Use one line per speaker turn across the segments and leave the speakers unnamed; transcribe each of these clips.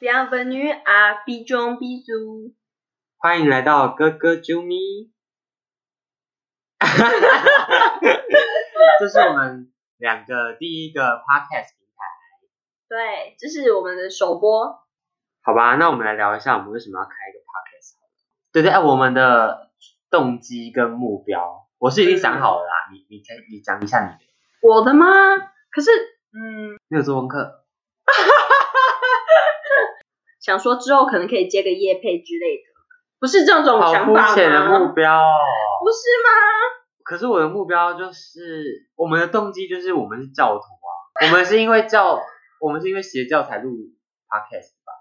Bienvenue à Bijon Bizou。
欢迎来到哥哥啾咪， 这是我们两个第一个 podcast 平台，
对，这是我们的首播。
好吧？那我们来聊一下我们为什么要开一个 podcast，好了对对，哎，我们的动机跟目标，我是已经想好了啦，
嗯
你你可以你讲一下你的，
我的吗？可是，嗯，
没有做功课，
想说之后可能可以接个夜配之类的，不是这种
好
哦想
肤
法吗？
浅的目标哦。
不是吗？
可是我的目标就是，我们的动机就是我们是教徒啊，我们是因为教，我们是因为邪教才录 podcast 吧？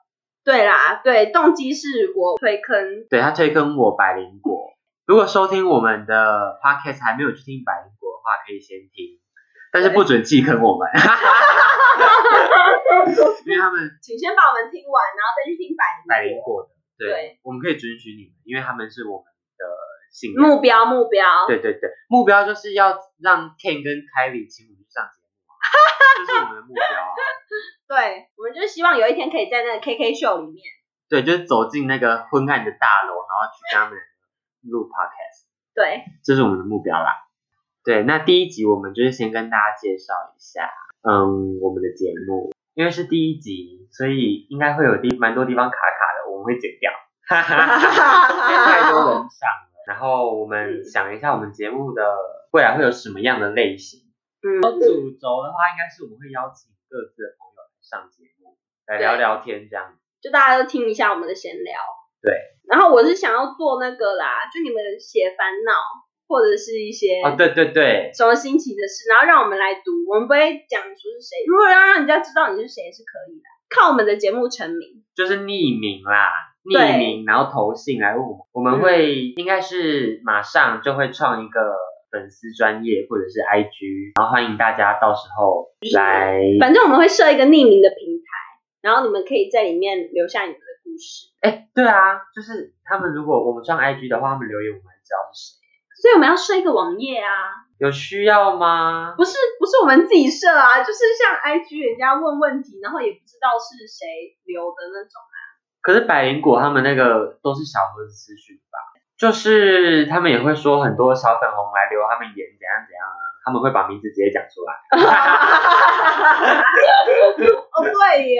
对啦，对，动机是我推坑，
对他推坑我百灵果。如果收听我们的 podcast 还没有去听百灵果的话，可以先听，但是不准弃坑 我们，因为他们
请先把我们听完，然后再去听百灵
百灵果的，对，
对
我们可以准许你们，因为他们是我们的信任。
目标目标，
对对对，目标就是要让 Ken 跟凯 y 请我们去上节目啊，这是我们的目标啊。
对，我们就是希望有一天可以在那个 KK 秀里面，
对，就是走进那个昏暗的大楼，然后去跟他们录 podcast，
对，
这是我们的目标啦。对，那第一集我们就是先跟大家介绍一下，嗯，我们的节目，因为是第一集，所以应该会有地蛮多地方卡卡的，我们会剪掉，哈哈哈，因为 太多人上了。然后我们想一下，我们节目的未来会有什么样的类型？
嗯，
主轴的话，应该是我们会邀请各自的朋友来上节目，来聊聊天这样子。
就大家都听一下我们的闲聊。
对。
然后我是想要做那个啦，就你们写烦恼或者是一些
哦，对对对，
什么新奇的事，然后让我们来读，我们不会讲出是谁。如果要让人家知道你是谁是可以的，靠我们的节目成名。
就是匿名啦，
对
匿名然后投信来问我们，我们会、应该是马上就会创一个粉丝专业或者是 IG，然后欢迎大家到时候来，
反正我们会设一个匿名的平台，然后你们可以在里面留下你们的故事。
哎，对啊，就是他们如果我们创 IG 的话，他们留言我们知道是谁，
所以我们要设一个网页啊，
有需要吗？
不是不是我们自己设啊，就是像 IG 人家问问题，然后也不知道是谁留的那种。
可是百灵果他们那个都是小盒子私讯吧，就是他们也会说很多小粉红来留他们言怎样怎样啊，他们会把名字直接讲出来。
哦，对耶，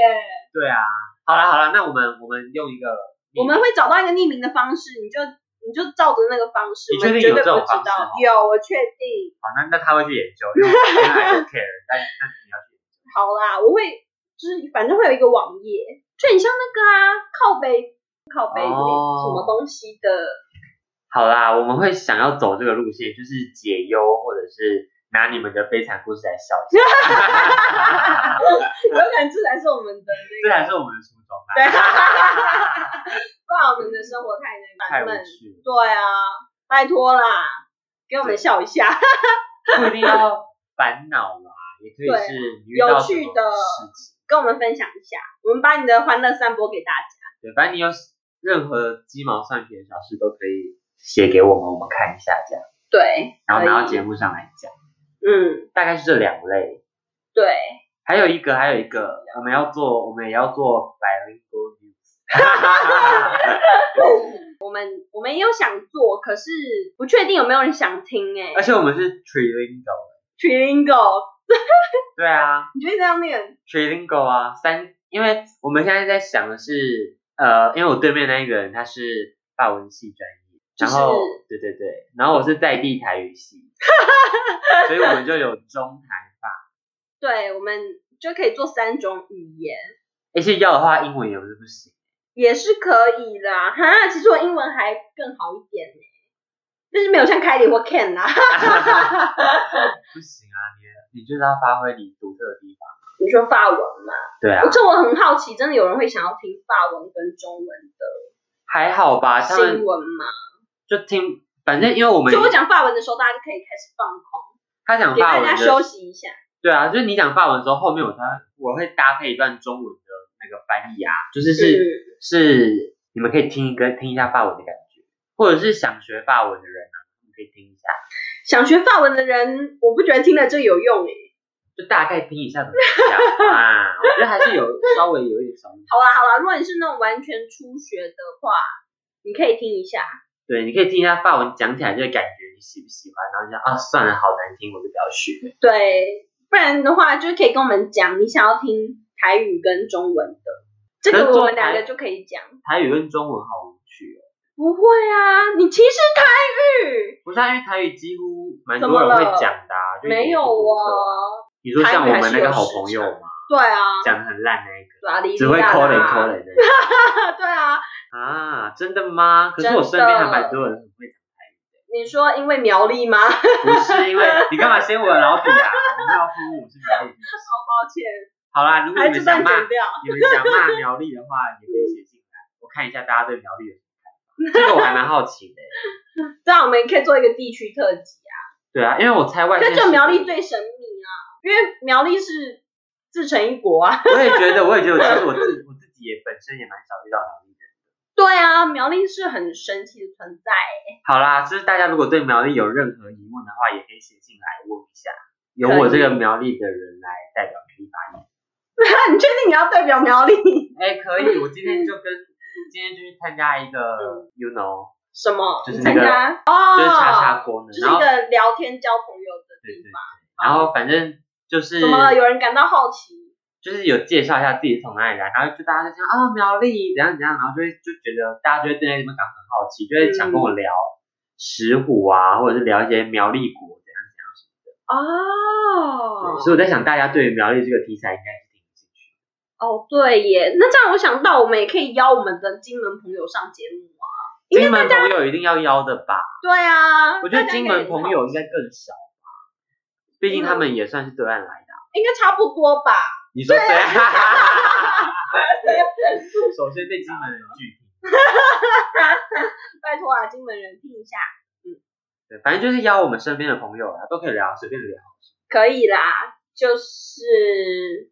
对啊，好啦好啦，那我们我们用一个
我们会找到一个匿名的方式，你就你就照着那个方式，
你
我们
确定
绝
有
对
这种
不知
方式
道
吗。
有，我确定。
好，那那他会去研究，因为我 I don't care，但 那你要去。
好啦，我会就是反正会有一个网页，就很像那个啊，靠背靠背、什
哦
么东西的。
好啦，我们会想要走这个路线，就是解忧，或者是拿你们的悲惨故事来笑一下，
有可能这才是我们的那
这
个，
才是我们的初衷啦。
对， 不然我们的生活太那
太
个
无
烦闷。
趣了，
对啊，拜托啦，给我们
对
笑一下。
不一定要烦恼啦，也可以
对
是你遇到什么
有趣的
事情。
跟我们分享一下，我们把你的欢乐散播给大家。
对，反正你有任何鸡毛蒜皮的小事都可以写给我们，我们看一下这样，
对，
然后拿到
可以
节目上来讲，
嗯，
大概是这两类。
对，
还有一个，还有一个，我们要做，我们也要做百灵果 news。
我们也有想做，可是不确定有没有人想听哎、
而且我们是 trilingual。啊
Trilingo，
对啊
你觉得这样念？
，trilingual 啊，三，因为我们现在在想的是，呃，因为我对面那一个人他是法文系专业，然后
就是
对对对，然后我是在地台语 系，所以我们就有中台法。
对，我们就可以做三种语言，
而且要的话，英文也不是不行。
也是可以啦。哈，其实我英文还更好一点呢、欸但是没有像凯莉或 Ken 啊啦。
不行啊，你你就是要发挥你独特的地方。
你说法文嘛？
对啊
我，这我很好奇，真的有人会想要听法文跟中文的
还好吧，他
新
们
闻吗？
就听，反正因为我们
所以我讲法文的时候，大家就可以开始放空，
他讲
给
法
大
文
家
的
休息一下。
对啊，就是你讲法文的时候，后面我才会我会搭配一段中文的那个翻译啊，就是是、
嗯
是你们可以听一个听一下法文的感觉，或者是想学法文的人啊，你们可以听一下，
想学法文的人，我不觉得听了这有用诶、欸
就大概听一下怎么讲啊。我觉得还是有稍微有一点小意思。
好啦好啦，如果你是那种完全初学的话，你可以听一下。
对，你可以听一下法文讲起来这个感觉，你喜不喜欢？然后你想啊，算了，好难听，我就不要学。
对，不然的话就是可以跟我们讲你想要听台语跟中文的，这
可是
个
中
我们两
台
个就可以讲。
台语跟中文好无趣哦。
不会啊，你歧视台语？
不是、啊，因为台语几乎蛮
怎
多
么
人会
了
讲的、啊。就
没有
啊。
啊。
你说像我们那个好
台
朋
语还是
友
有市
嘛，
对啊，
讲的很烂那一个，
对啊，
只会抠
嘞
脸抠
嘞。
脸的那 个。
对啊，
啊，真的吗？可是我身边还蛮多人很会
你说因为苗栗 吗？好
不 是因为你干嘛掀我的老底啊？你不要哭，我是苗栗。
抱歉，
好啦，如果
还
你
是
们
这
想
段
骂
剪掉。
你们想骂苗栗的话，也可以写进来，我看一下大家对苗栗有什么看法。这个我还蛮好奇的。
对啊，我们也可以做一个地区特辑啊。
对啊，因为我猜外
但
县
就
市
苗栗最神秘啊，因为苗栗是自成一国啊。
我也觉得，我也觉得，其实我自我自己也本身也蛮少遇到苗栗人。
对啊，苗栗是很神奇的存在。
好啦，就是大家如果对苗栗有任何疑问的话，也可以写进来问一下，由我这个苗栗的人来代表苗栗发言。
你确定你要代表苗栗？
哎，可以，我 今天就跟今天就去参加一个，you know。
什么？
就是
你
那
参
个
加嗯哦，
就是叉叉锅呢，
就是
然
一
后
个聊天交朋友的
对
地
对对
方。，
然后反正就是
怎么了？有人感到好奇？
就是有介绍一下自己从哪里来，然后就大家就讲啊苗栗怎样怎样，然后就会就觉得大家就会对那地方感很好奇，就会
嗯
想跟我聊石虎啊，或者是聊一些苗栗国怎样怎样
哦
对所以我在想，大家对于苗栗这个题材应该是挺有兴趣。
哦，对耶，那这样我想到，我们也可以邀我们的金门朋友上节目啊。因为
金门朋友一定要邀的吧？
对啊，
我觉得
大家
金
应该
门
也
朋
好
友应该更少吧，毕竟他们也算是对岸来的啊。
应该差不多吧。
你 说谁？首先被金门人拒绝。
拜托啊，金门人听一下，
对，反正就是邀我们身边的朋友啊，都可以聊，随便聊。
可以啦。就是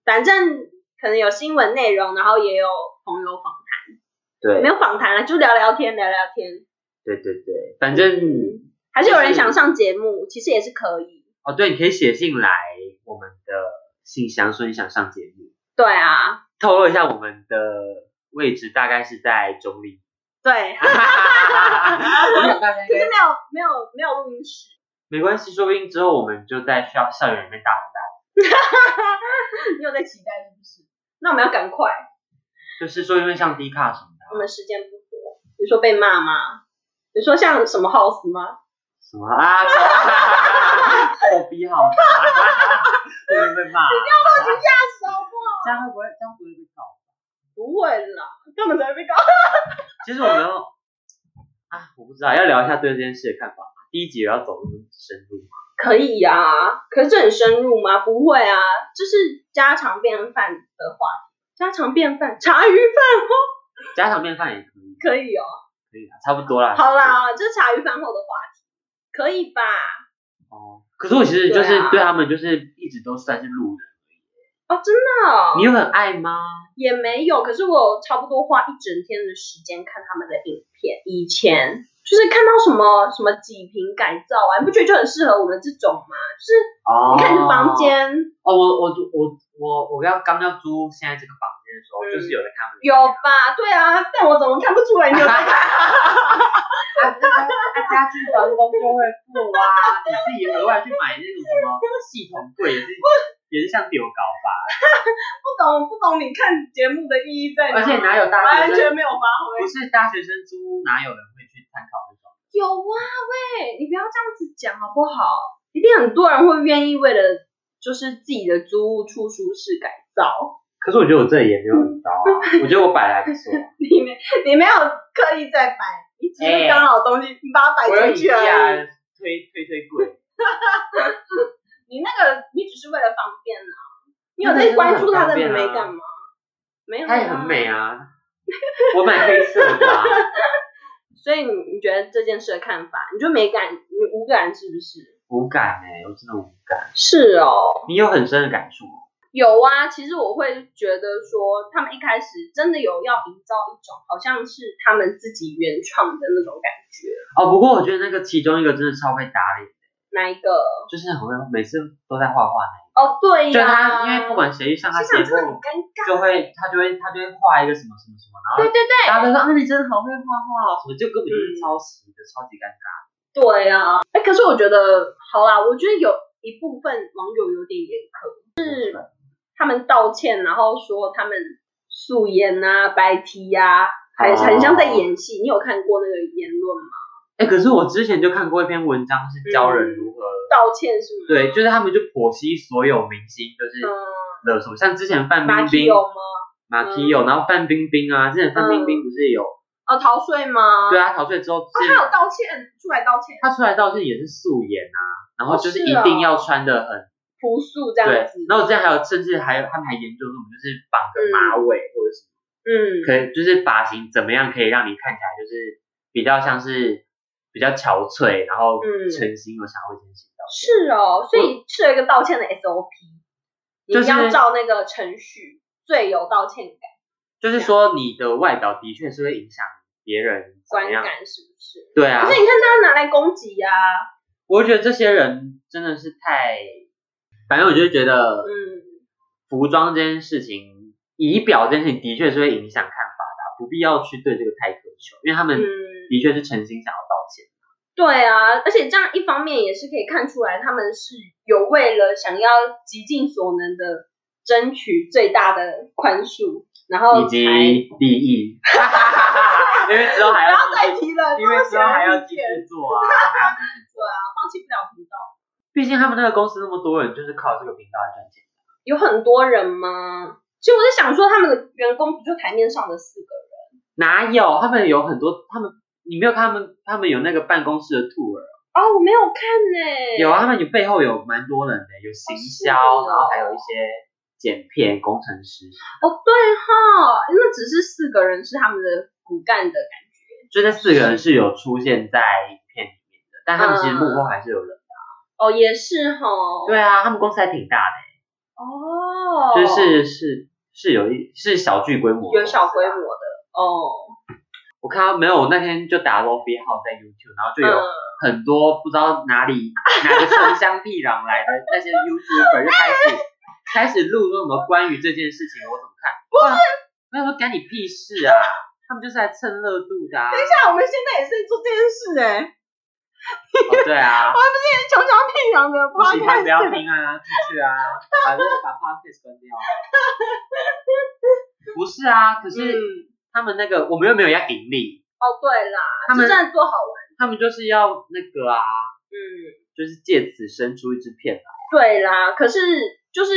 反正可能有新闻内容，然后也有朋友访谈，
对
没，有访谈了，啊就聊聊天，聊聊天。
对对对，反正
嗯，还是有人想上节目，其实也是可以。
哦，对，你可以写信来我们的信箱，说你想上节目，
对啊，
透露一下我们的位置，大概是在中 立。
对。
我想大家应
可是
该
没有没有没有录音室，
没关系，说不定之后我们就在校校园里面大吼大
你有在期待是不是？那我们要赶快，
叫，就是说因为像 D 卡什么的
我
啊，
们时间不多。你说被骂吗？你说像什么 house 吗？
什么啊， 我逼好你，会不会被骂啊？
什么？
这样会不会这样会不会被告？
不会啦，根本才被告。
其实我 们要啊，我不知道要聊一下对这件事的看法。第一集有要走那么深入吗？
可以呀、啊，可是这很深入吗？不会啊，这是家常便饭的话题。家常便饭，茶余饭后
家常便饭也可
可
以，
以哦。
可以啦，啊差不多啦。
好，啦，这是茶余饭后的话题，可以吧？
哦，可是我其实就是
对啊
对他们就是一直都算是路人。
哦，真的哦、
你有很爱吗？
也没有，可是我差不多花一整天的时间看他们的影片。以前就是看到什么什么几瓶改造啊，你不觉得就很适合我们这种吗？就是你
哦
看你的房。间
哦，我我我我我要刚要租现在这个房间的时候，
嗯
就是有人看他们。
有吧？对啊，但我怎么看不出来你有在看？
啊，这个啊家居房东就会付啊， 你自己额外去买那种什么系统柜，也是也是像丢高吧。
不懂不懂，你看节目的意义在哪？
而且哪有大学生
完全没有发
不
挥。
是大学生租屋，哪有人会去参考那种？
有啊喂，你不要这样子讲好不好？一定很多人会愿意为了就是自己的租屋出舒适改造。
可是我觉得我这里也没有很高啊，我觉得我摆的还不错。啊
你没你没有刻意在摆，你只是刚好东西、你把它摆
我有
出
一
去而已。
架推推推柜，
你那个你只是为了方便啊，你有在啊关注它的美感吗？没有、
它也很美。 啊。我买黑色的啊，
所以你你觉得这件事的看法，你就美感，你无感是不是？
无感哎、我真的无感。
是哦，
你有很深的感触哦吗？
有啊。其实我会觉得说，他们一开始真的有要营造一种好像是他们自己原创的那种感觉。
哦，不过我觉得那个其中一个真的超会打脸，
哪一个？
就是很会每次都在画画那一
哦，对
个，就
呀、
他因为不管谁上他
现
节
场真的很
目，
尴尬。
就会他就会他就会画一个什么什么什么，然后
对对对，
大家都说啊你真的好会画画
嗯
哦，什么就根本就是抄袭的，超级尴尬。
对呀、哎，可是我觉得，好啦，我觉得有一部分网友有点严苛，
是
他们道歉，然后说他们素颜啊、白 T 呀、
哦
还很像在演戏。你有看过那个言论吗？
哎、可是我之前就看过一篇文章，是教人如何、
道歉是吗？
对，就是他们就剖析所有明星就是
嗯，
惹什么，像之前范
马
冰
蹄嗯
冰
有、吗？
马蹄友，然后范冰冰啊，之前范冰冰不是有、
哦，逃税吗？
对
啊，
啊逃税之后，
他
之前
有道歉，出来道歉，
她出来道歉也是素颜啊，然后就是
哦
一
是哦
定要穿的很、
朴素这样
对
子。，
然后之前还有甚至还有他们还研究那种就是绑个马尾或者是
嗯，
可以就是发型怎么样可以让你看起来就是比较像是比较憔悴，然后
嗯
诚心有想要为这件事情道歉。
是哦，所以是有一个道歉的 SOP，你
就
一
是
定要照那个程序，最有道歉感
就是说你的外表的确是会影响别人怎么
观
样。
感是不是？
对啊
可，是你看大家拿来攻击啊呀、
我觉得这些人真的是太，反正我就觉得
嗯，
服装这件事情，仪表这件事情的确是会影响看法的啊、不必要去对这个太苛求，因为他们
嗯，
的确是诚心想要道歉。
对啊，而且这样一方面也是可以看出来他们是有为了想要极尽所能的争取最大的宽恕，然后哦
以
才
及利益， 因为之后还
不
要
要再提了，
因为之后还要继
对啊
续做啊，还要继续做。
放弃不了频道。
毕竟他们那个公司那么多人，就是靠这个频道来赚钱。
有很多人吗？其实我在想说，他们的员工不就台面上的四个人？
哪有？他们有很多，他们你没有看他们，他们有那个办公室的 tour，
哦，我没有看呢、
有啊，他们有背后有蛮多人的，有行销，
哦是哦
然后还有一些剪片工程师，
哦，对哈，那只是四个人是他们的骨干的感觉。
就那四个人是有出现在影片里面的，但他们其
嗯
实幕后还是有人。
哦，也是哈。
对。啊，他们公司还挺大的，
哦。
就是是是有一是小巨规模的公司啊，
有小规模的哦。
我看到没有，我那天就打 Lobby 号在 YouTube，然后就有
嗯
很多不知道哪 里哪个城乡僻壤来的那些 YouTuber 就开 始开始录说什么关于这件事情我怎么看，不是，那说干你屁事啊，他们就是来蹭热度的、啊，哦
像我们现在也是做这件事哎、欸，
对啊，
穷乡僻壤的
不喜欢不要听啊，出去啊，反正把 Podcast 关掉啊。不是啊，可是
嗯，
他们那个我们又没有要盈利，
哦对啦，
他们
就真的做好玩。
他们就是要那个啊，
嗯，
就是借此生出一支片来。
对啦，可是就是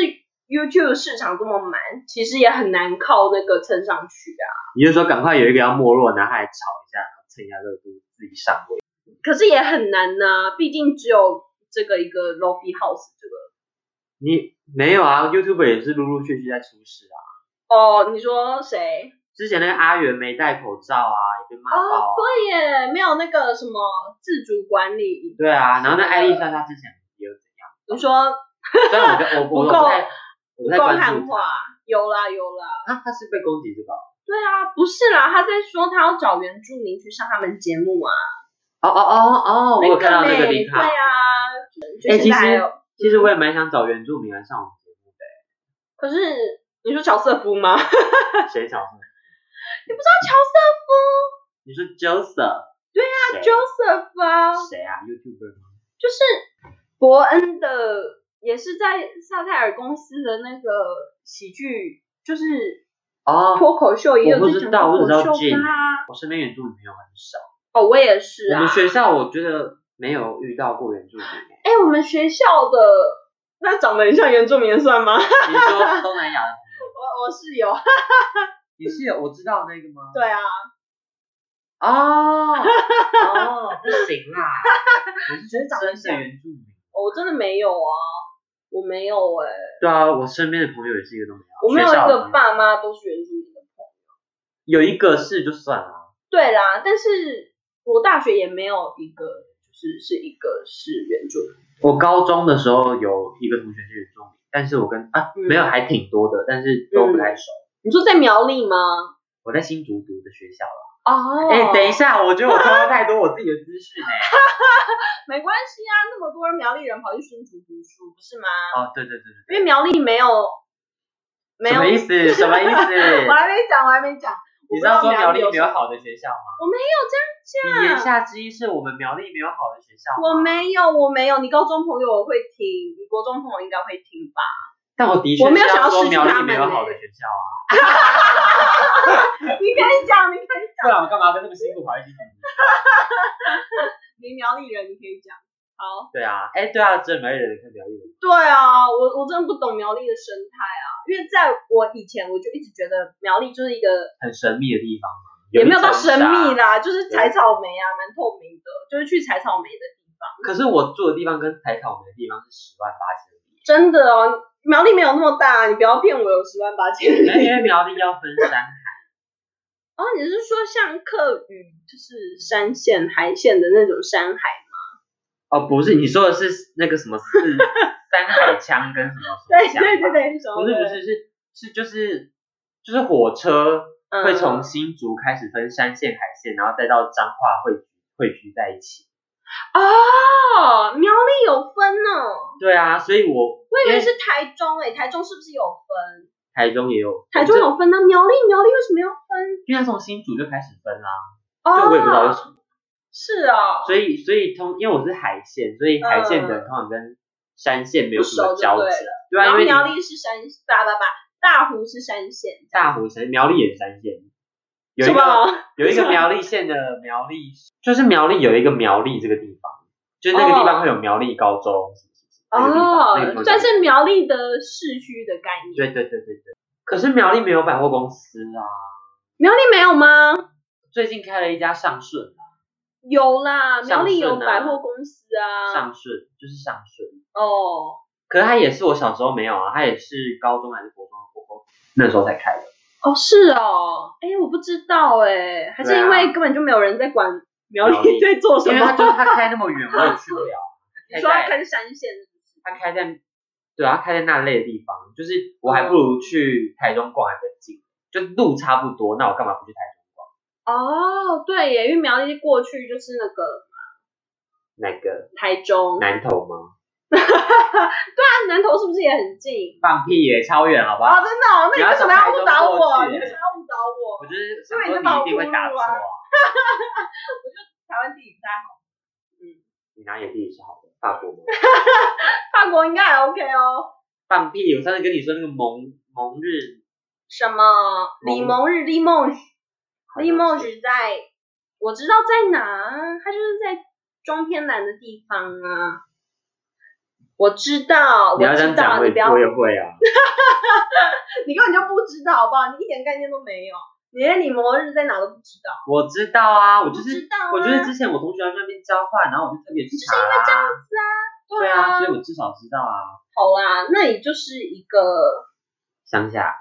YouTube 市场这么满，其实也很难靠那个蹭上去啊。
你就说赶快有一个要没落，然后他来炒一下，然后蹭一下热度，自己上位。
可是也很难呐、毕竟只有这个一个 Lobby House 这个。
你没有啊？YouTube 也是陆陆续续在出事啊。
哦，你说谁？
之前那个阿元没戴口罩啊，也被骂爆
哦
啊。，
对耶，没有那个什么自主管理。
对啊，然后那艾丽莎莎之前也有怎样，
你说
虽然我就我我
不
我
够
不太我不太
公
关
汉
注
化
她，
有啦有啦。
啊，她是被攻击这个哦。
对啊，不是啦，他在说他要找原住民去上他们节目啊。
哦哦哦哦，我有看到那个
妹
林卡。
对啊，就
哎
现在还
其实
有。
其实我也蛮想找原住民来上我们节目的，
可是你说乔瑟夫 吗？你不知
谁找上？
道乔瑟
你说 Joseph？
对
啊
夫？Joseph 啊，
谁啊？YouTuber 吗？
就是伯恩的，也是在萨泰尔公司的那个喜剧，就是
哦，
脱口秀也有
我不
在
知
讲
道
脱
我只知道
口秀
Jane
吧？
我身边原住民朋友很少。
哦，我也是
我
啊
们。学校我觉得没有遇到过原住民。
哎，我们学校的那长得很像原住民算吗？
你说东南亚的，
我我室友，啊
你是有我知道那个吗？
对啊，
哦哦，不行
啊
啦，你是真的原住民。
我真的没有啊，我没有哎、
对啊，我身边的朋友也是一个东南亚，
我没有一
学校的朋
个
友
爸妈都是原住民的。
有一个是就算了，
对啦，但是我大学也没有一个，就是是一个是原住民。
我高中的时候有一个同学是原住民，但是我跟啊
嗯
没有还挺多的，但是都不太熟。
你说在苗栗吗？
我在新竹读的学校啦，
哦，
哎、等一，下，我觉得我透露太多我自己的资讯哎、
没关系啊，那么多人苗栗人跑去新竹读书，不是吗？
哦，对对对对
因为苗栗没有，没有
对，什么意思？什么意思
我？还没讲，我还没讲。
你知道说
苗
苗栗没有
有什么，
好的学校吗？
我没有
你
这样
言
讲。
下之意是我们苗栗没有好的学校
啊
吗
我，没有，我没有。你高中朋友我会听，你国中朋友应该会听吧？
但我的确
我没有
是
想要失
说
去
苗
他
栗
们
没有好
欸
的学校啊，
你可以讲，你可以
不啊然我干嘛跟那么辛苦跑一起读？
你苗栗人，你可以讲。好，
对啊，哎、对啊，这苗栗人看苗栗人，
对啊，我我真的不懂苗栗的生态啊，因为在我以前我就一直觉得苗栗就是一个
很神秘的地方嘛，
也没有
一种
到神秘啦，
沙。
就是采草莓啊，蛮透明的，就是去采草莓的地方。
啊可是我住的地方跟采草莓的地方是十万八千里，
真的哦，苗栗没有那么大，啊你不要骗我，有十万八千里。
因为苗栗要分山，
哦，你是说像客语就是山线、海线的那种山海吗？
哦，不是，你说的是那个什么四山海枪跟什么什么
对
枪吧？
对对对，什么
不是不是是是就是就是火车
嗯
会从新竹开始分山线海线，然后再到彰化汇汇聚在一起。
哦，苗栗有分哦，
对啊，所以我
我以为
因为
是台中诶，台中是不是有分？
台中也有，
台中
有，
有分呢、苗栗苗栗为什么要分？
因为它从新竹就开始分啦，
哦，
就我也不知道为什么。
是哦，
所以所以通因为我是海线，所以海线的
嗯
人通常跟山线没有
不
什么
熟就
交
对
集
了，
对
然
啊，因
后
为
苗
你
栗是山，吧吧吧，大湖是山线，
大湖山苗栗也是山线，有
什
一个
么？
有一个苗栗县的苗栗，就是苗栗有一个苗栗这个地方，就是那个地方会有苗栗高中，是不是那个地方那个地
哦，
方
算是苗栗的市区的概念。
对对对对对。可是苗栗没有百货公司啊，
苗栗没有吗？
最近开了一家上顺啊，
有啦，苗
上
栗有
顺啊
百货公司啊。
上顺就是上顺，
哦，
可是它也是我小时候没有啊，它也是高中还是国中，国中那时候才开的。
哦是哦，哎，我不知道哎，还是
对啊
因为根本就没有人在管苗
苗栗
栗在做什
因为它
么
就。是它开那么远，我也去不了。
你
它
说
开
要
在
看山线是不是，
它开在，对啊，它开在那类的地方，就是我还不如去台中逛还更近，就路差不多，那我干嘛不去台中逛？
哦，对耶，因为苗栗过去就是那个
那个
台中，
南投吗？
但南投是不是也很近？
放屁耶，超远好不
哦，
好？
真的哦，那
你要
你为什
从
么要
台
误
中
导
过
我？
去
你为什么要误导
我
我？
就是想说你一定会打错啊，
台湾地理不太好，
你哪里地理是好的？法国吗？
法国应该还 OK 哦。
放屁！我上次跟你说那个蒙蒙日，
什么李蒙日李梦
好
l
像
i m o
是
g 在，我知道在哪啊，它就是在中偏南的地方啊。我知道，
你要
我
这
知
样讲，
道，
我
你
也
不要
我，也会 啊。
你根本就不知道，好不好？你一点概念都没有，你连你摩日在哪都不知道。
我知道啊，我就
我知
是
道啊
我就是之前我同学在那边交换，然后我就特别去查啊，对啊，所以我至少知道啊。
好啦，那你就是一个
乡下，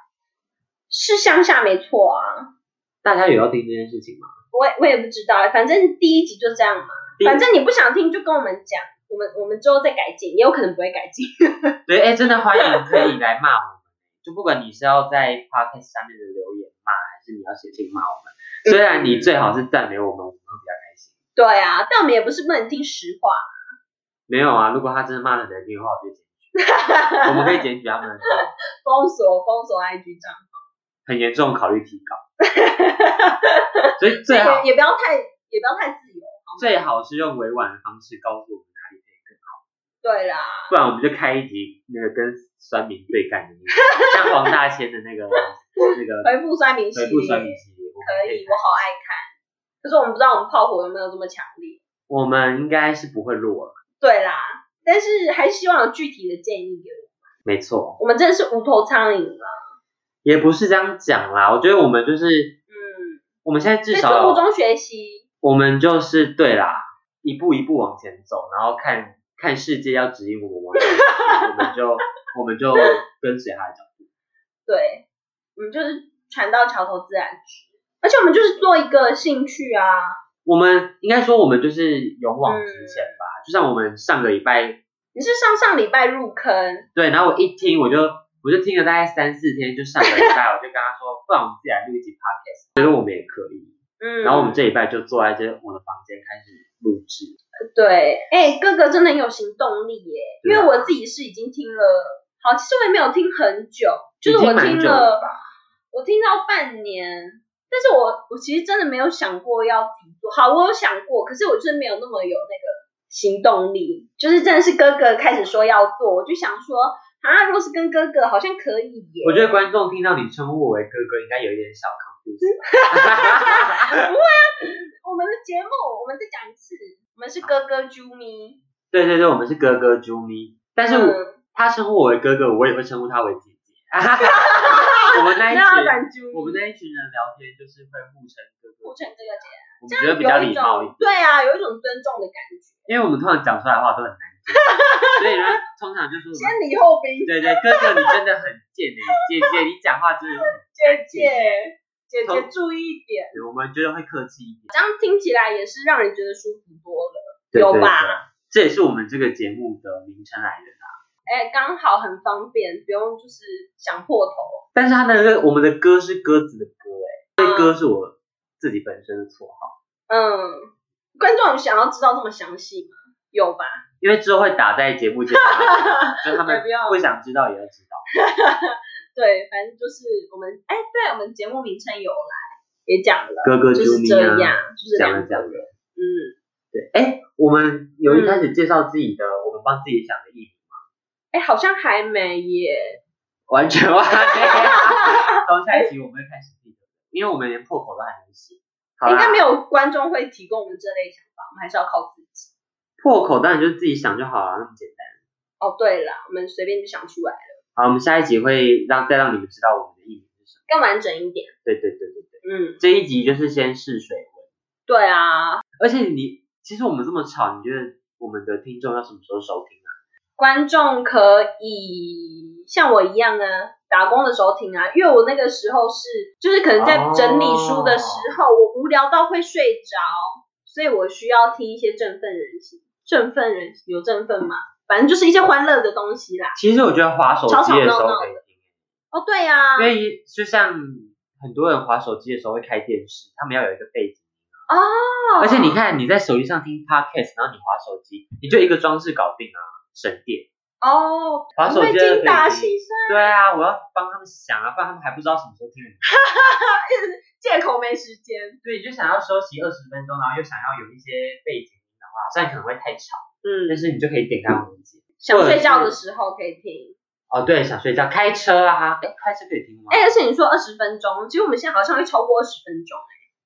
是乡下没错啊，
大家有要听这件事情吗？
我也我也不知道，反正第一集就这样嘛
第一。
反正你不想听就跟我们讲，我们我们之后再改进，也有可能不会改进。
对，哎，真的欢迎可以来骂我们，就不管你是要在 podcast 下面的留言骂，还是你要写信骂我们。虽然你最好是赞美我们，我们会比较开心。
对啊，但我们也不是不能听实话。
没有啊，如果他真的骂的难听的话，我就检举， 我们可以检举他们的账号，
封锁封锁 IG 账号，
很严重，考虑提 高。所以最好
也也不要太也不要太自由。
最好是用委婉的方式告诉我们哪里可以更好，
对啦，
不然我们就开一集那个跟酸民对干的那个， 像黄大千的那个那个
回复酸民系
回复
列
酸民系列，
可以，我好爱看。可是我们不知道我们炮火有没有这么强烈。
我们应该是不会录了，
对啦，但是还是希望有具体的建议给我。
没错，
我们真的是无头苍蝇了。
也不是这样讲啦，我觉得我们就是
嗯，
我们现在至
在
少
错误
有
中学习。
我们就是对啦，一步一步往前走，然后看看世界要指引我们往哪里走，我们就我们就跟随他的脚步。
对，我们就是船到桥头自然直。而且我们就是做一个兴趣啊。
我们应该说我们就是勇往直
嗯
前吧，就像我们上个礼拜
你是上上礼拜入坑，
对，然后我一听我就我就听了大概三四天，就上个礼拜我就跟他说，不然我们自己来录一集 podcast，觉得我们也可以。
嗯，
然后我们这礼拜就坐在这我的房间开始录制。
对，哎、哥哥真的很有行动力耶，因
对啊
为我自己是已经听了，好，其实我也没有听很久，就是
已
我
经蛮
听
久
了，
了吧
我听到半年，但是我我其实真的没有想过要自己做，好，我有想过，可是我就是没有那么有那个行动力，就是真的是哥哥开始说要做，我就想说啊，如果是跟哥哥好像可以耶，
我觉得观众听到你称呼我为哥哥，应该有一点小 confused。
我们的节目，我们再讲一次，我们是哥哥啾咪，
对对对，我们是哥哥啾咪，但是我
嗯
他称呼我为哥哥，我也会称呼他为姐姐。 我们那一
那要
群，
敢啾
我
咪，
们那一群人聊天就是会互称哥
我觉
哥，
得这个姐
我们觉得比较礼貌
有
一
种，
点
对啊，有一种尊重的感觉，
因为我们通常讲出来的话都很难听，所以呢，通常就说我们
先礼后兵，
对对，哥哥你真的很贱哎，姐姐你讲话真的很
姐姐，姐
头
姐注意一点，
贱，我们觉得会客气一点，
这样听起来也是让人觉得舒服多了。
对
有？
对
吧
对这也是我们这个节目的名称来源。
哎，刚好很方便，不用就是想破头。
但是他的歌，我们的歌是鸽子的歌，哎，这歌是我自己本身的绰号，
嗯，观众想要知道这么详细吗？有吧？
因为之后会打在节目介绍上，所以他 们
也不要
不想知道也要知道。
对，反正就是我们，哎，对，我们节目名称有来，也讲了，
哥哥
就
啾
是
咪
这
啊，
样，就是
讲
两
了
个
讲了
人，，嗯，
对，哎，我们有一开始介绍自己的，我们帮自己想的艺名，
哎，好像还没耶，
完全忘了。从下一集我们会开始记得，因为我们连破口都还没写。好啦
应该没有观众会提供我们这类想法，我们还是要靠自己。
破口，当然就是自己想就好了，那么简单。
哦，对了，我们随便就想出来了，
好，我们下一集会让再让你们知道我们的艺名是什么。
更完整一点。
对对对对对，
嗯，
这一集就是先试水温。
对啊，
而且你其实我们这么吵，你觉得我们的听众要什么时候收听啊？
观众可以像我一样啊，打工的时候听啊，因为我那个时候是，就是可能在
哦
整理书的时候，我无聊到会睡着，所以我需要听一些振奋人心、振奋人心有振奋吗？反正就是一些欢乐的东西啦。
其实我觉得划手机的时候可以听，
哦，对啊，
因为就像很多人划手机的时候会开电视，他们要有一个背景。
哦，
而且你看你在手机上听 podcast，然后你划手机，你就一个装置搞定啊，省电。
哦，
滑手
我已
机的
经打
可以听
戏声，
对啊，我要帮他们想啊，不然他们还不知道什么时候听你。
借口没时间。
对，就想要休息二十分钟，然后又想要有一些背景音的话，虽然可能会太吵，
嗯，
但是你就可以点开文字。
想睡觉的时候可以听。
哦，对，想睡觉，开车啊，哎，开车可以听吗？
哎、而且你说二十分钟，其实我们现在好像会超过二十分钟。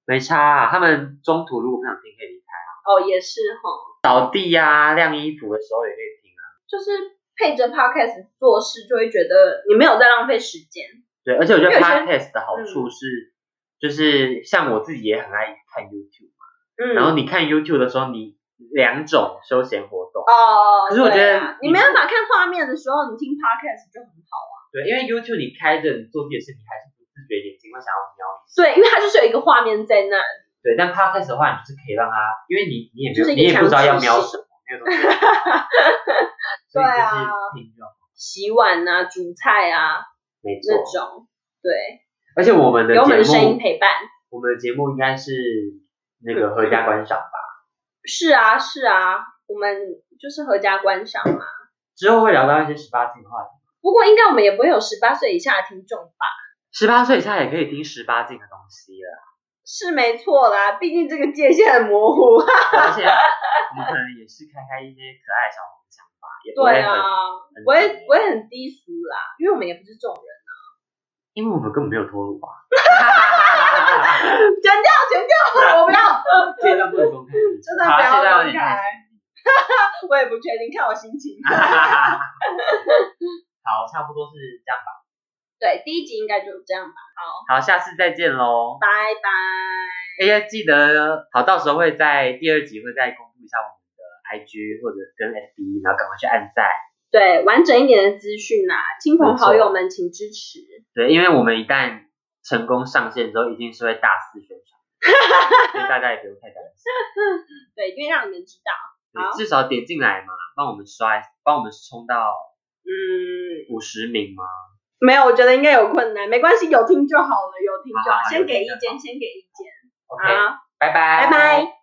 没差、啊，他们中途如果不想听可以离开，
哦，也是哈，
扫地呀、晾衣服的时候也可以听啊。
就是配着 podcast 做事，就会觉得你没有在浪费时间。
对，而且我觉得
因为有些
podcast 的好处是，就是像我自己也很爱看 YouTube，、
嗯，
然后你看 YouTube 的时候，你两种休闲活动，
哦，
可是我觉
对
得
啊你没办法看画面的时候，你听 podcast 就很好。
对，因为 YouTube 你开着你做自己的事，你还是不自觉眼睛会想要瞄一下。
对，因为它就是有一个画面在那。
对，但 podcast 的话，你就是可以让它，因为你你也没
就
有
是一
你
个
也不知道要
强制
瞄
性
什么， 没有东西要瞄所以
对啊
就是听就好，
洗碗啊、煮菜啊
没
那
错。
种，对，
而且我们的
有我们的
节
声
目
音陪伴。
我们的节目应该是那个合家观赏吧，
是啊，是啊，我们就是合家观赏嘛。
之后会聊到一些十八禁的话题。
不过应该我们也不会有十八岁以下的听众吧？
十八岁以下也可以听十八禁的东西了，
是没错啦，毕竟这个界限很模糊。
而且我们可能也是开开一些可爱小红想法，也不
对
会很，
啊，
很
不会
怎么样
不会很低俗啦，因为我们也不是这种人。
因为我们根本没有脱 乳啊，
剪掉，剪 掉，我不要，
这一段不能公开，
真的
好
不
这一
要
段有
公
点
开。 我也不确定，看我心情。
好，差不多是这样吧，
对，第一集应该就这样吧，
好，下次再见喽，
拜拜。
哎呀，记得好，到时候会在第二集会再公布一下我们的 IG 或者跟 FB，然后赶快去按赞。
对，完整一点的资讯啦，亲朋好友们请支持。
对，因为我们一旦成功上线之后，一定是会大肆宣传， 所以大家也不用太担心。
对，因为让你们知道，
对
好
至少点进来嘛，帮我们刷，帮我们冲到
嗯，
五十名嘛。
没有，我觉得应该有困难，没关系，有听就好了，有听就好
好好，好
先给意
有听就好
见，先给意见。
OK，
好，
拜拜，
拜拜。